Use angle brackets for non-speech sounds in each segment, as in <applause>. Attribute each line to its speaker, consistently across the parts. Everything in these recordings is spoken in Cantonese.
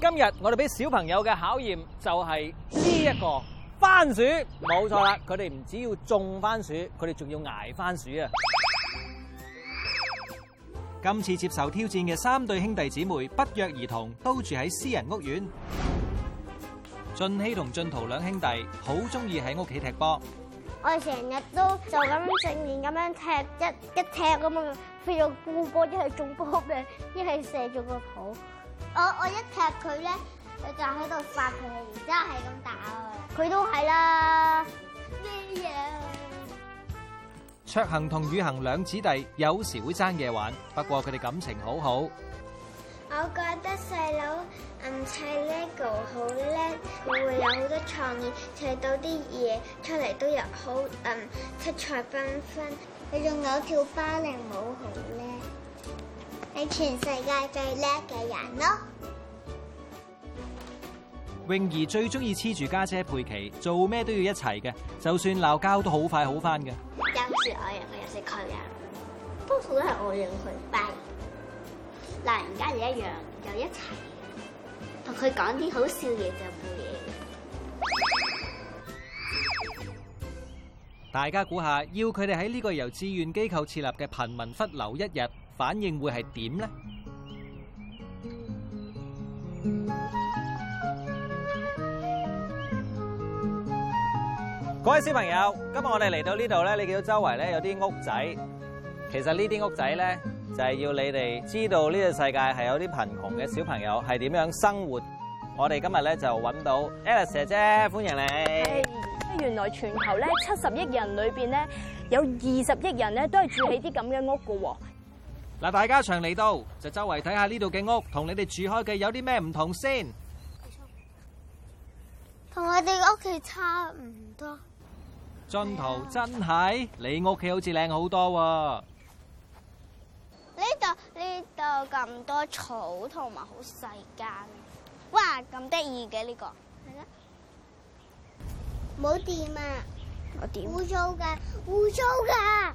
Speaker 1: 今日我哋俾小朋友嘅考驗就係呢一個番薯，冇錯啦！佢哋唔只要種番薯，佢哋仲要捱番薯啊！今次接受挑戰嘅三對兄弟姊妹不約而同都住喺私人屋苑。俊熙同俊圖兩兄弟好中意喺屋企踢波，
Speaker 2: 我哋成日都就咁正面咁樣踢一一踢咁樣，飛咗高波，一係中波命，一係射咗個肚。我我一踢佢咧，佢就喺度發脾氣，然之後係咁打我。佢都係啦，咩嘢？啊
Speaker 1: 卓恒同宇恒兩姊弟有時會爭嘢玩，不過佢哋感情好好。
Speaker 2: 我覺得細佬嗯砌 LEGO 好叻，佢會有好多創意，砌到啲嘢出嚟都有好嗯七彩繽紛。佢仲有跳芭蕾舞好叻，係全世界最叻嘅人咯。
Speaker 1: 泳兒最中意黐住家姐佩奇，做咩都要一齊嘅，就算鬧交都好快好翻嘅。
Speaker 2: 有時我贏佢，有時佢啊贏，多數都係我贏佢，但係鬧人家嘢一樣，又一齊同佢講啲好笑嘢就冇嘢。
Speaker 1: 大家估下，要佢哋喺呢個由志願機構設立嘅貧民窟留一日，反應會係點呢？各位小朋友，今日我哋嚟到呢度咧，你見到周圍咧有啲屋仔，其實呢啲屋仔咧就係要你哋知道呢個世界係有啲貧窮嘅小朋友係點樣生活。我哋今日咧就揾到 Alice 姐姐，歡迎你。
Speaker 3: 原來全球咧七十億人裏邊咧，有二十億人咧都係住喺啲咁嘅屋噶喎。
Speaker 1: 嗱，大家常嚟到就周圍睇下呢度嘅屋同你哋住開嘅有啲咩唔同先。
Speaker 2: 同我哋屋企差唔多。
Speaker 1: 進圖真係你屋企好似靚好多
Speaker 2: 呢度呢度咁多草同埋好細間，哇咁得意嘅呢個，係啦，冇掂啊，
Speaker 3: 我點
Speaker 2: 污糟噶，污糟噶，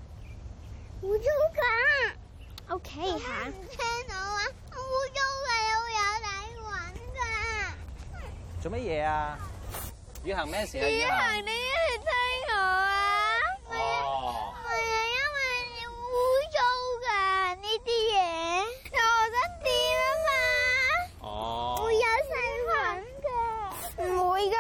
Speaker 2: 污糟噶，O K 吓，唔聽到啊，污糟嘅要有底揾噶，
Speaker 1: 喎。做乜嘢啊？宇恒咩事啊？宇恒，
Speaker 2: 你一係聽我啊，
Speaker 1: 哦，
Speaker 2: 係啊，因為你污糟噶呢啲嘢，我得掂啊嘛，
Speaker 1: 哦，
Speaker 2: 會有細菌噶，唔會噶。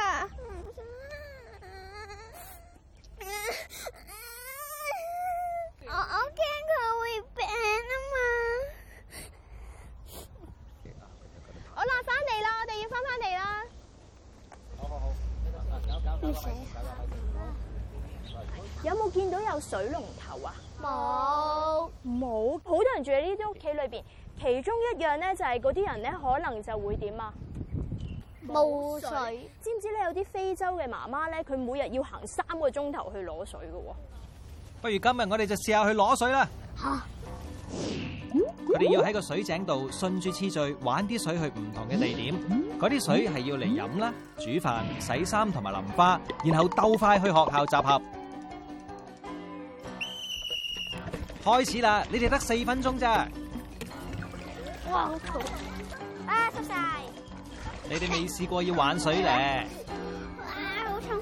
Speaker 2: 我我驚佢會病啊嘛。我落翻嚟啦，我哋要翻翻嚟啦。唔使
Speaker 3: 有冇見到有水龍頭啊？
Speaker 2: 冇。
Speaker 3: 冇，好多人住喺呢啲屋企裏邊，其中一樣咧就係嗰啲人咧可能就會點啊？
Speaker 2: 冇水。
Speaker 3: 知唔知咧有啲非洲嘅媽媽咧，佢每日要行三個鐘頭去攞水噶喎。
Speaker 1: 不如今日我哋就試下去攞水啦。
Speaker 2: 嚇
Speaker 1: 佢哋要喺個水井度順住次序玩啲水去唔同嘅地點，嗰啲水係要嚟飲啦、煮飯、洗衫同埋淋花，然後鬥快去學校集合。開始啦！你哋得四分鐘咋？
Speaker 2: 哇，好痛！啊，濕晒！
Speaker 1: 你哋未試過要玩水咧？
Speaker 2: 哇，好痛！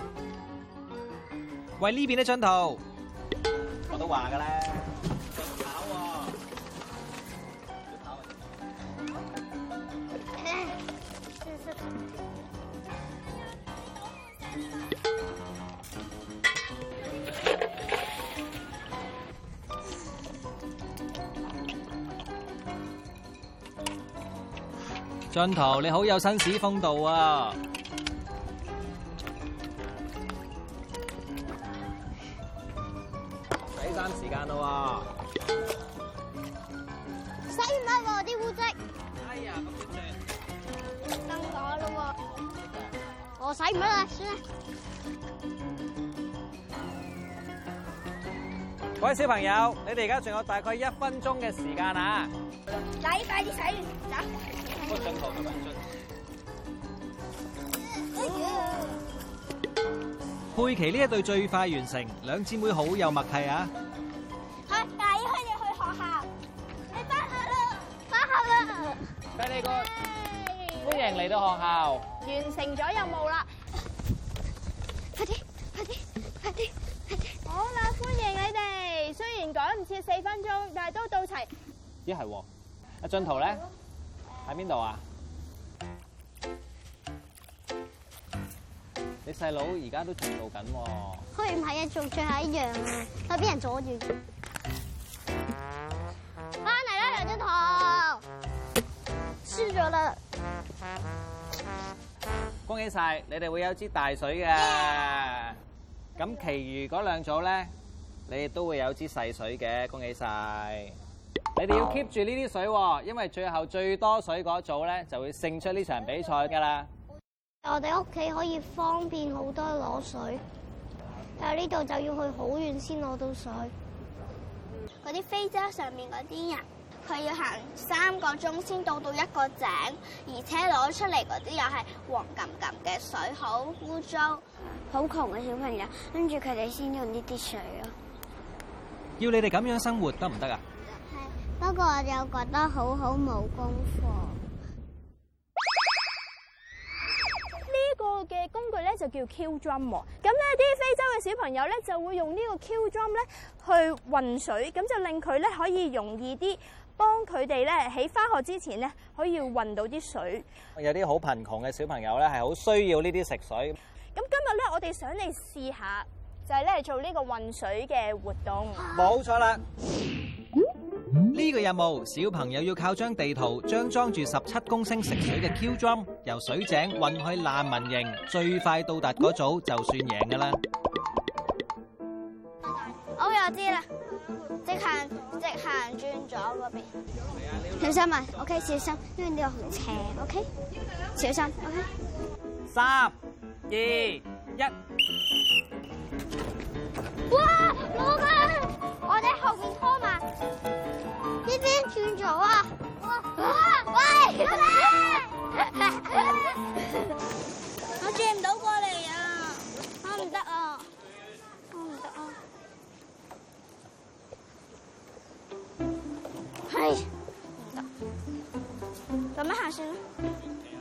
Speaker 1: 喂，呢邊呢張圖，我都話噶啦，仲跑喎。俊圖，你好有紳士風度啊！洗衫時間啦
Speaker 2: 洗唔甩喎啲污跡，
Speaker 1: 喎！哎呀，咁點算？
Speaker 2: 更我咯喎。我洗唔甩啦，算啦。
Speaker 1: 各位小朋友，你哋而家仲有大概一分鐘嘅時間啊！
Speaker 2: 洗，快啲洗，
Speaker 1: 個進度同埋進。
Speaker 2: 走。
Speaker 1: 佩奇呢一隊最快完成，兩姊妹好有默契啊！
Speaker 2: 去，帶佢哋去學校。你翻學啦，翻學啦。
Speaker 1: 睇你個
Speaker 2: 耶
Speaker 1: 歡迎嚟到學校。
Speaker 3: 完成咗任務啦！
Speaker 2: 快啲，快啲，快啲，快啲！
Speaker 3: 好啦，歡迎你哋。雖然趕唔切四分鐘，但係都到齊。
Speaker 1: 咦係喎，阿俊圖咧喺邊度啊？你細佬而家都仲做緊喎。
Speaker 2: 佢唔係啊，仲最後一樣啊，有俾人阻住。翻嚟啦，梁俊堂，輸咗啦。
Speaker 1: 恭喜晒，你哋會有支大水嘅。咁，其餘嗰兩組咧，你哋都會有支細水嘅。恭喜晒！你哋要 keep 住呢啲水喎，因為最後最多水嗰組咧就會勝出呢場比賽㗎啦。
Speaker 2: 我哋屋企可以方便好多攞水，但係呢度就要去好遠先攞到水。嗰啲非洲上面嗰啲人，佢要行三個鐘先到到一個井，而且攞出嚟嗰啲又係黃濘濘嘅水，好污糟。好窮嘅小朋友，跟住佢哋先用呢啲水咯。
Speaker 1: 要你哋咁樣生活得唔得啊？
Speaker 2: 不過我又覺得好好冇功課。
Speaker 3: 呢個嘅工具咧就叫 Q drum 喎，咁咧啲非洲嘅小朋友咧就會用呢個 Q drum 咧去混水，咁就令佢咧可以容易啲幫佢哋咧喺翻學之前咧可以混到啲水。
Speaker 1: 有啲好貧窮嘅小朋友咧，係好需要呢啲食水。
Speaker 3: 咁今日咧我哋想嚟試下，就係咧做呢個混水嘅活動。
Speaker 1: 冇錯啦。呢個任務，小朋友要靠張地圖將裝住十七公升食水嘅 Q drum 由水井運去難民營，最快到達嗰組就算贏噶啦。
Speaker 2: 我又知啦，直行直行轉左嗰邊。小心啊，OK，小心，因為呢度好斜，OK，小心，OK。
Speaker 1: 三、二、一，
Speaker 2: 哇，冇㗎！我哋後邊拖埋，呢邊斷咗啊！喂，我轉唔到過嚟啊！我唔得啊！我唔得啊！係唔得，咁樣行算啦。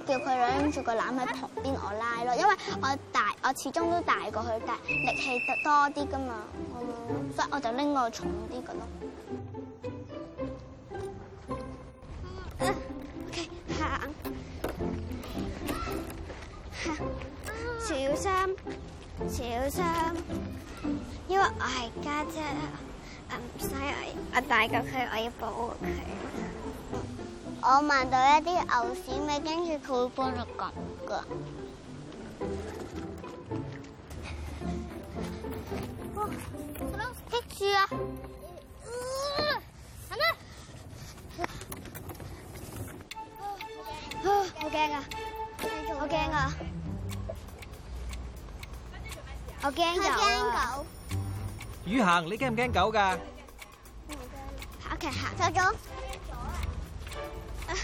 Speaker 2: 叫佢攬住個籃喺旁邊我拉咯，因為我大我始終都大過佢，但係力氣得多啲噶嘛，我所以我就拎個重啲嘅咯。OK，行行，啊小心小心，因為我係家姐啊，唔使我我大過佢，我要保護佢。我聞到一啲牛屎味，跟住佢會幫我撳噶。哇！棘住啊！係咩？好驚啊！我驚啊！我驚狗啊！
Speaker 1: 宇恒，你驚唔驚狗噶？
Speaker 2: O K，行走咗，啊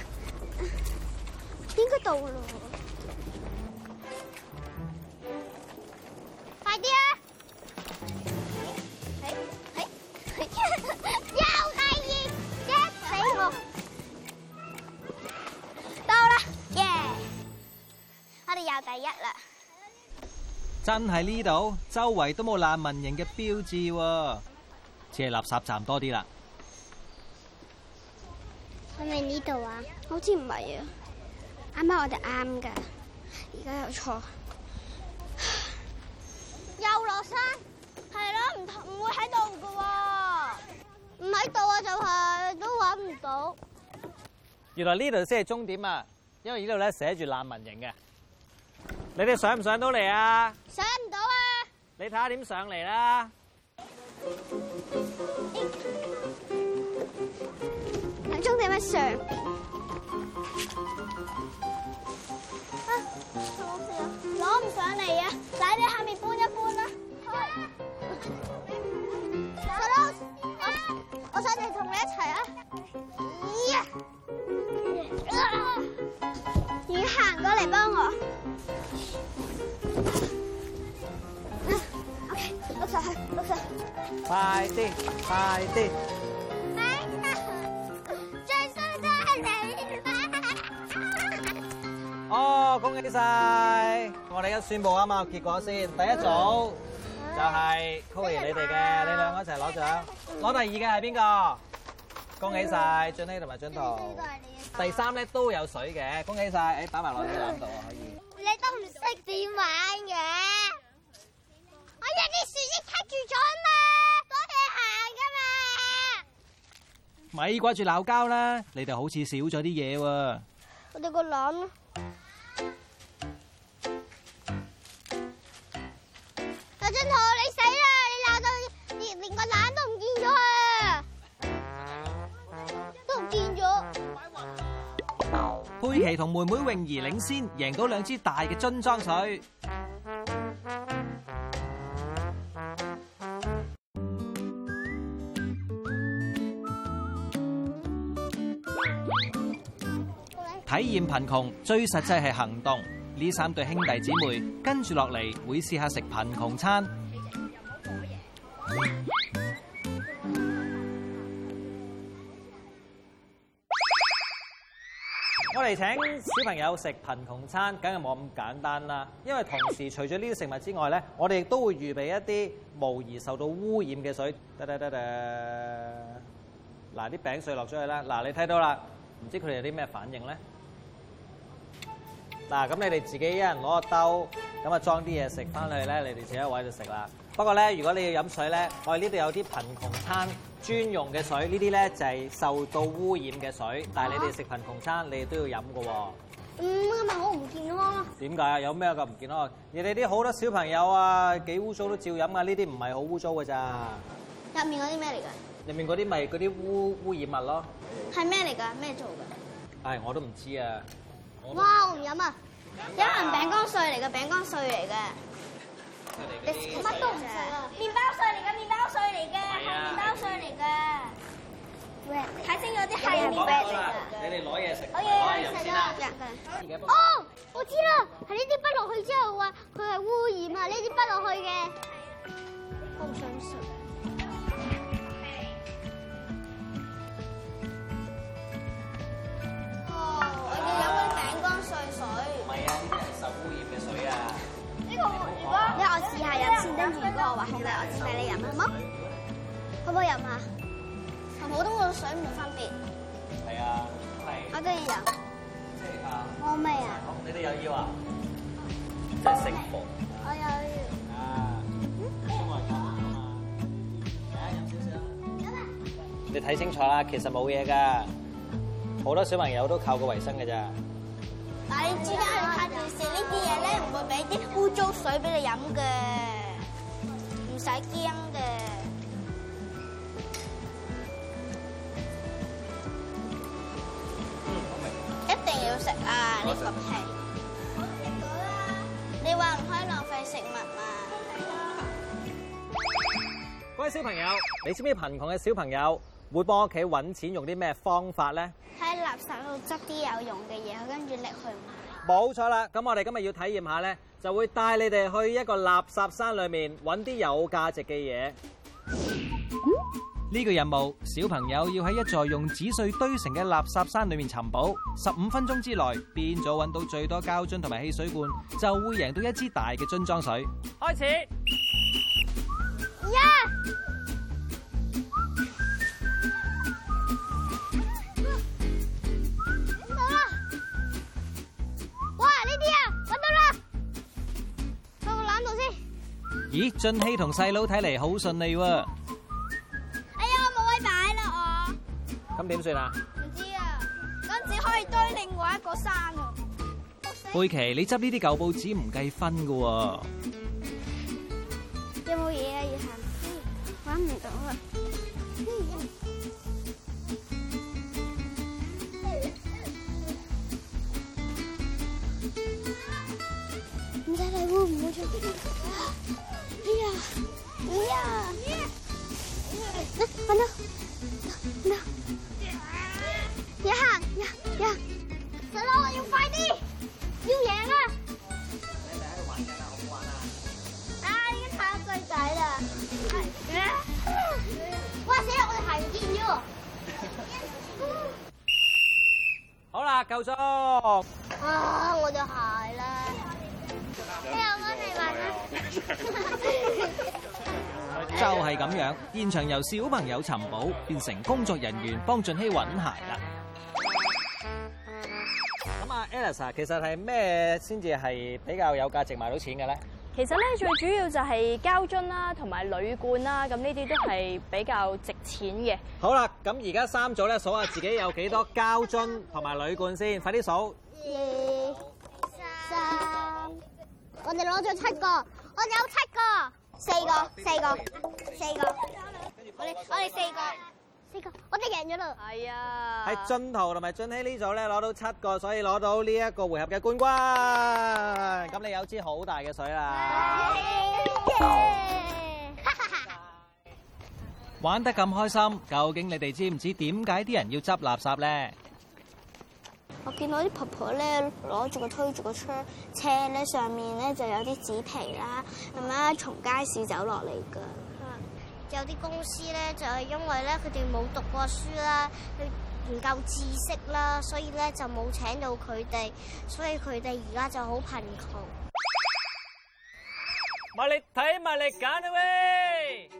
Speaker 2: 應該到啊咯。快啲啊！又第二隻死我！到啦，耶！我哋又第一啦。
Speaker 1: 真係呢度，周圍都冇難民營嘅標誌喎，只係垃圾站多啲啦。
Speaker 2: 係咪呢度啊？好似唔係啊！啱啱我哋啱噶，而家又錯， <sighs> 又落山，係咯，唔唔會喺度噶喎，唔喺度啊，就係都揾唔到。
Speaker 1: 原來呢度先係終點啊，因為呢度咧寫住難民營嘅。你哋上唔上到嚟啊？
Speaker 2: 上唔到啊！
Speaker 1: 你睇下點上嚟啦。
Speaker 2: 喺終點喺上邊。啊！好笑啊，攞唔上嚟啊！嗱，你下面搬一搬啦。細佬，我我想嚟同你一齊啊！你行過嚟幫我。OK，碌上去，碌上去。
Speaker 1: 快啲，快啲！
Speaker 2: 最衰都係你。
Speaker 1: 喎，恭喜晒！我哋而家宣佈啱啱嘅結果先，第一組就係 Koey 你哋嘅，你兩個一齊攞獎。攞第二嘅係邊個？恭喜晒，俊熙同埋俊圖。第三咧都有水嘅，恭喜晒！誒，擺埋落啲籃度啊，可以。
Speaker 2: 你都唔識點玩嘅，我有啲樹枝卡住咗啊嘛，多嘢行噶嘛。
Speaker 1: 咪掛住鬧交啦！你哋好似少咗啲嘢喎。
Speaker 2: 我哋個籃啦。劉俊豪，你死啦！你鬧到連連個籃都唔見咗啊！都唔見咗。
Speaker 1: 佩奇同妹妹泳兒領先，贏到兩支大嘅樽裝水。體驗貧窮最實際係行動。呢三對兄弟姊妹跟住落嚟會試下食貧窮餐。我哋請小朋友食貧窮餐，梗係冇咁簡單啦。因為同時除咗呢啲食物之外咧，我哋亦都會預備一啲無疑受到污染嘅水。得得得得，嗱啲餅碎落咗去啦。嗱你睇到啦，唔知佢哋有啲咩反應咧？嗱，咁你哋自己一人攞個兜，咁啊裝啲嘢食翻去咧，你哋自己位度食啦。不過咧，如果你要飲水咧，我哋呢度有啲貧窮餐專用嘅水，呢啲咧就係受到污染嘅水。但係你哋食貧窮餐，你哋都要飲嘅喎。
Speaker 2: 嗯，今日好唔健康啊！
Speaker 1: 點解啊？有咩咁唔健康啊？你哋啲好多小朋友啊，幾污糟都照飲啊！呢啲唔係好污糟嘅咋，
Speaker 2: 入面嗰啲咩嚟㗎？
Speaker 1: 入面嗰啲咪嗰啲污污染物咯。
Speaker 2: 係咩嚟㗎？咩做㗎？
Speaker 1: 唉、我都唔知啊。我都
Speaker 2: 哇！我唔飲啊！有人餅乾碎嚟㗎，餅乾碎嚟㗎。
Speaker 1: 唔知你哋嗰啲
Speaker 2: 乜都唔食啊！麵包碎嚟嘅，麵包碎嚟嘅，
Speaker 1: 係啊
Speaker 2: 係麵包碎嚟嘅。睇清楚啲係麵
Speaker 1: 講
Speaker 2: 包
Speaker 1: 好
Speaker 2: 嚟
Speaker 1: 啦
Speaker 2: 㗎。，
Speaker 1: 你哋攞嘢食，
Speaker 2: 我
Speaker 1: 攞嘢
Speaker 2: 嘢
Speaker 1: 飲
Speaker 2: 食
Speaker 1: 先
Speaker 2: 啦
Speaker 1: 啦。。而家幫我
Speaker 2: 哦，我知啦，係呢啲筆落去之後話佢係污染啊，呢啲筆落去嘅。我唔想食。哦，我要飲嗰啲餅乾碎水。
Speaker 1: 唔係啊，呢啲係受污染嘅水啊！
Speaker 2: 呢個我如果，一我試下飲先，跟住如果我話好嘅，我先俾你飲，好冇？好唔好飲啊？同普通嘅水冇分別，
Speaker 1: 係啊，係
Speaker 2: 我都要飲。
Speaker 1: 即係啊，
Speaker 2: 我未啊，
Speaker 1: 好你哋又要啊，即係食服
Speaker 2: 我又
Speaker 1: 啊，中國人咁啊嘛，嚟啊飲少少啊。你睇清楚啦，其實冇嘢㗎，好多小朋友都靠個維生㗎咋。
Speaker 2: 要。但你知啦，你拍電視呢啲嘢咧，唔會俾啲污糟水俾你飲嘅，唔使驚嘅。一定要食啊！呢個皮。你話唔可以浪費食物嘛？
Speaker 1: 各位小朋友，你知唔知貧窮嘅小朋友會幫屋企揾錢用啲咩方法咧？
Speaker 2: 喺垃圾度執啲有用嘅嘢，跟住拎去賣。
Speaker 1: 冇錯啦，咁我哋今日要體驗下呢，就會帶你哋去一個垃圾山裏面揾啲有價值嘅嘢。呢個任務，小朋友要喺一座用紙碎堆成嘅垃圾山裏面尋寶，十五分鐘之內變咗揾到最多膠樽同埋汽水罐，就會贏到一支大嘅樽裝水。開始。
Speaker 2: 呀！揾到啦！哇！呢啲啊，揾到啦！去個籃度先。
Speaker 1: 咦，俊熙同細佬睇嚟好順利喎，
Speaker 2: 哎呀，我冇位擺啦我。
Speaker 1: 咁點算啊？
Speaker 2: 唔知啊，咁只可以堆另外一個山啊。
Speaker 1: 佩奇，你執呢啲舊報紙唔計分㗎喎。
Speaker 2: 有冇嘢啊？以下玩唔到啊！唔使理，會唔會出邊？哎呀！哎呀！嗱，揾到，揾到！呀呀呀！細佬，我要快啲，要贏啊！啊！已經太衰仔啦！哇死啦！我哋行唔見咗喎。
Speaker 1: 好啦，夠鐘。
Speaker 2: 啊，我對鞋啦。呢個安係話 <laughs>
Speaker 1: 就係咁樣，現場由小朋友尋寶變成工作人員幫俊熙揾鞋啦。咁啊，Alice 啊其實係咩先至係比較有價值賣到錢嘅咧？
Speaker 3: 其實咧最主要就係膠樽啦，同埋鋁罐啦，咁呢啲都係比較值錢嘅。
Speaker 1: 好啦，咁而家三組咧數下自己有幾多膠樽同埋鋁罐先，快啲數！
Speaker 2: 二三，我哋攞咗七個，我哋有七個，四個，四個，四個，我哋我哋四個，四個，我哋贏咗啦！
Speaker 3: 係啊，
Speaker 1: 喺俊圖同埋俊熙呢組咧攞到七個，所以攞到呢一個回合嘅冠軍。咁你有支好大嘅水啦！
Speaker 2: <laughs>
Speaker 1: 玩得咁開心，究竟你哋知唔知點解啲人要執垃圾咧？
Speaker 2: 我見到啲婆婆咧攞住個推住個車，車咧上面咧就有啲紙皮啦，咁樣從街市走落嚟㗎。啊有啲公司咧就係因為咧佢哋冇讀過書啦，佢唔夠知識啦，所以咧就冇請到佢哋，所以佢哋而家就好貧窮。
Speaker 1: 咪力睇咪力揀啊喂！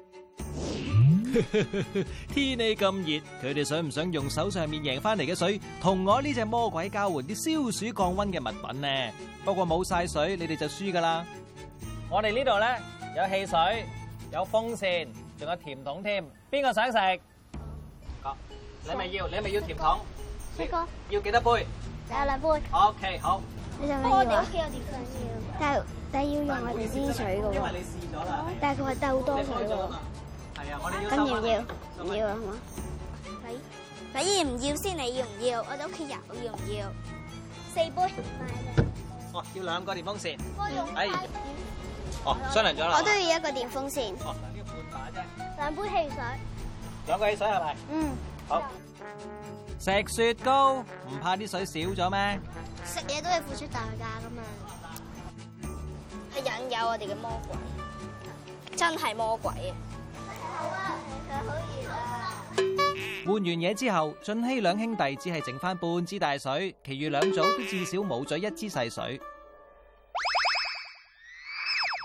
Speaker 1: 天氣咁熱，佢哋想唔想用手上面贏翻嚟嘅水，同我呢只魔鬼交換啲消暑降温嘅物品呢？不過冇晒水，你哋就輸噶啦！我哋呢度呢，有汽水，有風扇，仲有甜筒添，邊個想食？講，你咪要，你咪要甜筒。
Speaker 2: 呢個
Speaker 1: 要幾多杯
Speaker 2: 有兩杯，
Speaker 1: ？OK，好，
Speaker 4: 你就
Speaker 2: 我哋
Speaker 4: 咩
Speaker 2: 屋
Speaker 4: 要啊？
Speaker 2: 企有啲想
Speaker 4: 但係但係要用我哋支水嘅
Speaker 1: 因為
Speaker 4: 喎，
Speaker 1: 你試咗啦，
Speaker 4: 但係佢話得好多水
Speaker 1: 開咗
Speaker 4: 喎
Speaker 1: 啦，嘛。係啊，我哋要
Speaker 4: 咁
Speaker 1: 收
Speaker 4: 要
Speaker 1: 返
Speaker 4: 唔
Speaker 1: 嚟
Speaker 4: 要？
Speaker 1: 收
Speaker 4: 唔
Speaker 1: 返嚟
Speaker 4: 要啊，好嘛？
Speaker 2: 要。你要唔要先？你要唔要？我哋屋企人要唔要？四杯。
Speaker 1: 哦，要兩個電風扇。
Speaker 2: 我用
Speaker 1: 哎，哦，商量咗啦。
Speaker 2: 我都要一個電風扇，
Speaker 1: 哦，呢個半打啫，
Speaker 2: 兩杯汽水。
Speaker 1: 兩個汽水係咪？
Speaker 2: 嗯，
Speaker 1: 好。食雪糕唔怕啲水少咗咩？
Speaker 2: 食嘢都要付出代價噶嘛。佢引誘我哋嘅魔鬼，真係魔鬼啊！
Speaker 1: 換完嘢之後，俊熙兩兄弟只係剩翻半支大水，其餘兩組都至少冇咗一支細水。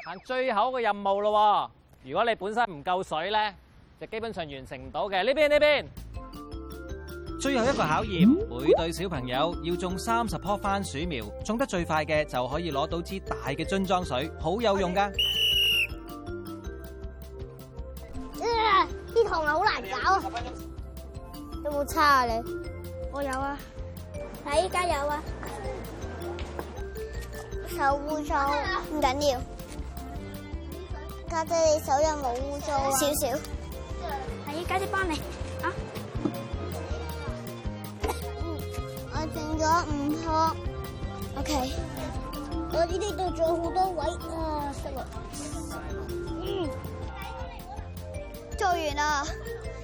Speaker 1: 行最後嘅任務咯，如果你本身唔夠水咧，就基本上完成唔到嘅。呢邊呢邊。最後一個考驗，每對小朋友要種三十棵番薯苗，種得最快嘅就可以攞到支大嘅樽裝水，好有用噶。
Speaker 2: 啲糖好難搞啊！有冇叉啊你？我有啊，但依家有啊，手污糟唔緊要。家姐你手有冇污糟啊？少少。係，家姐幫你啊。我整咗五棵。OK。我呢啲度仲有好多位啊，失落。嗯。做完啦，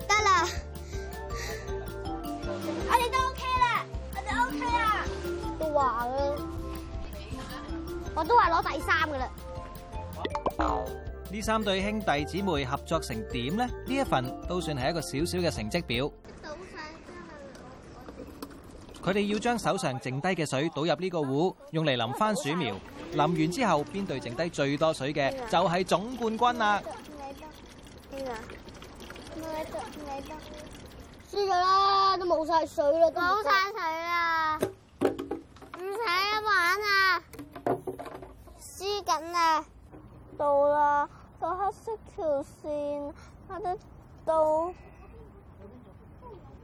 Speaker 2: 得啦，我哋都 OK 啦，我哋 OK 啦，都話啦，我都話攞第三噶啦，
Speaker 1: 呢三對兄弟姊妹合作成點呢？呢一份都算係一個小小嘅成績表。佢哋要將手上剩低嘅水倒入呢個壺，用嚟淋番薯苗。淋完之後，邊隊剩低最多水嘅就係總冠軍啦！
Speaker 2: 呢個，呢個，呢個，輸咗啦，都冇晒水啦，冇晒水啦，唔使玩啊，輸緊啊，到啦，個黑色條線，我都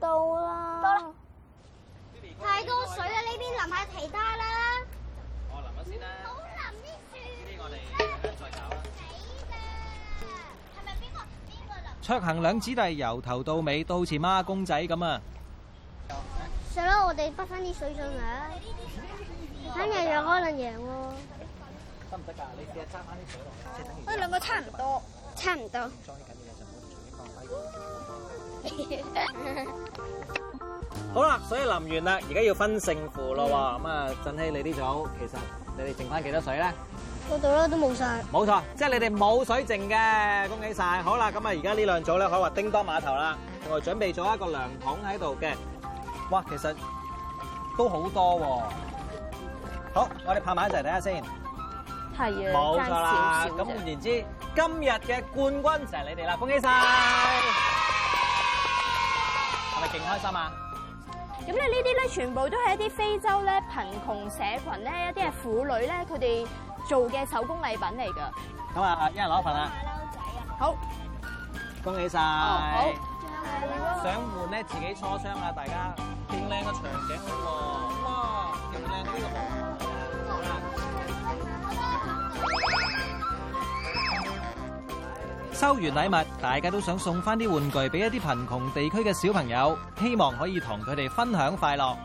Speaker 2: 到，到啦，到啦。太多水啦！呢邊淋下其他啦，
Speaker 1: 我淋咗先啦，
Speaker 2: 好淋啲
Speaker 1: 呢
Speaker 2: 樹
Speaker 1: 啲我哋再搞啦。
Speaker 2: 死啦！係咪邊個邊個淋？
Speaker 1: 卓恒兩姊弟由頭到尾都好似孖公仔咁啊！
Speaker 2: 上啦，我哋潷翻啲水上嚟，等日有可能贏喎。
Speaker 1: 得唔得㗎？你試下揸翻啲水落嚟，即係等於
Speaker 2: 我兩個差唔多，差唔多。
Speaker 1: 裝緊嘢就唔好隨便放低。好啦，所以淋完啦，而家要分勝負咯喎。咁啊，振熙你呢組其實你哋剩翻幾多水咧？
Speaker 2: 嗰度啦，都冇晒。
Speaker 1: 冇錯，即係你哋冇水剩嘅，恭喜晒！好啦，咁啊，而家呢兩組咧可以話叮當碼頭啦。我哋準備咗一個涼桶喺度嘅，哇，其實都好多喎。好，我哋拍埋一齊睇下先。
Speaker 3: 係啊，
Speaker 1: 冇
Speaker 3: 爭
Speaker 1: 錯
Speaker 3: 少
Speaker 1: 啦，
Speaker 3: 少
Speaker 1: 咁
Speaker 3: 啫
Speaker 1: 換言之，今日嘅冠軍就係你哋啦，恭喜晒！係咪勁開心啊？
Speaker 3: 咁咧呢啲咧全部都係一啲非洲咧貧窮社群咧一啲係婦女咧佢哋做嘅手工禮品嚟㗎。
Speaker 1: 咁啊，一人攞一份啦，
Speaker 3: 好，
Speaker 1: 恭喜晒！
Speaker 3: 哦
Speaker 1: 想換咧自己磋商啊，大家勁靚個長頸鹿喎，哇，勁靚呢個好啦。收完禮物，大家都想送翻啲玩具俾一啲貧窮地區嘅小朋友，希望可以同佢哋分享快樂。